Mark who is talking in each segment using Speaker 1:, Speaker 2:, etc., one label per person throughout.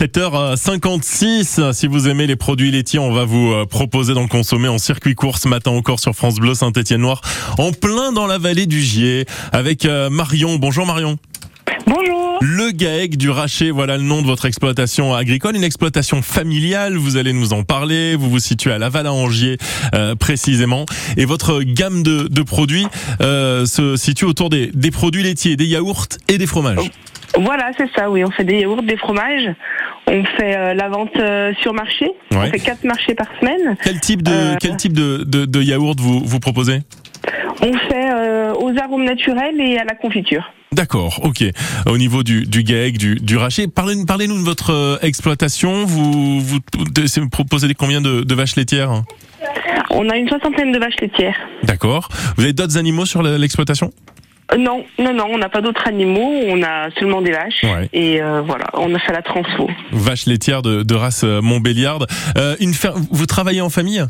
Speaker 1: 7h56, euh, si vous aimez les produits laitiers, on va vous euh, proposer d'en consommer en circuit court ce matin encore sur France Bleu Saint-Étienne-Noir, en plein dans la vallée du Gier, avec euh, Marion. Bonjour Marion.
Speaker 2: Bonjour.
Speaker 1: Le GAEC du Raché, voilà le nom de votre exploitation agricole, une exploitation familiale, vous allez nous en parler, vous vous situez à Laval à Angier euh, précisément, et votre gamme de, de produits euh, se situe autour des, des produits laitiers, des yaourts et des fromages.
Speaker 2: Voilà, c'est ça, oui. On fait des yaourts, des fromages. On fait euh, la vente euh, sur marché. On
Speaker 1: Ouais.
Speaker 2: fait quatre marchés par semaine.
Speaker 1: Quel type de,
Speaker 2: Euh,
Speaker 1: quel type de, de, de yaourt vous, vous proposez
Speaker 2: On fait euh, aux arômes naturels et à la confiture.
Speaker 1: D'accord, ok. Au niveau du, du GAEC, du, du rachet, parlez- parlez-nous de votre euh, exploitation. Vous, vous de- c'est- vous proposez des- combien de, de vaches laitières hein
Speaker 2: On a une soixantaine de vaches laitières.
Speaker 1: D'accord. Vous avez d'autres animaux sur la- l'exploitation
Speaker 2: Euh, non, non, non, on n'a pas d'autres animaux. On a seulement des vaches.
Speaker 1: Ouais.
Speaker 2: Et euh, voilà, on a fait la transfo.
Speaker 1: Vaches laitières de, de race euh, Montbéliarde. Euh, une fer- vous travaillez en famille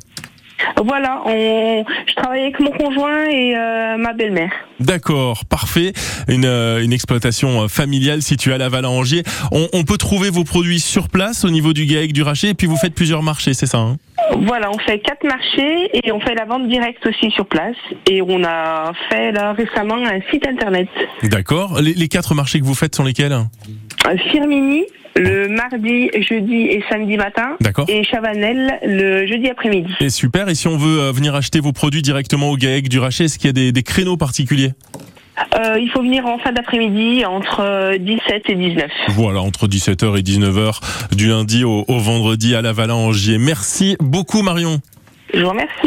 Speaker 2: Voilà, on... je travaille avec mon conjoint et euh, ma belle-mère.
Speaker 1: D'accord, parfait. Une, euh, une exploitation euh, familiale située à Laval à Angier. On, on peut trouver vos produits sur place au niveau du GAEC, du rachet, et puis vous faites plusieurs marchés, c'est ça hein
Speaker 2: Voilà, on fait quatre marchés et on fait la vente directe aussi sur place. Et on a fait là récemment un site internet.
Speaker 1: D'accord. Les, les quatre marchés que vous faites sont lesquels
Speaker 2: Euh, Firmini le mardi, jeudi et samedi matin.
Speaker 1: D'accord.
Speaker 2: Et Chavanel le jeudi après-midi.
Speaker 1: Et super. Et si on veut euh, venir acheter vos produits directement au GAEC du Rachet, est-ce qu'il y a des, des créneaux particuliers
Speaker 2: Euh, il faut venir en fin d'après-midi entre euh, 17 et 19.
Speaker 1: Voilà, entre 17h et 19h du lundi au, au vendredi à la Valangier. Merci beaucoup Marion.
Speaker 2: Je vous remercie.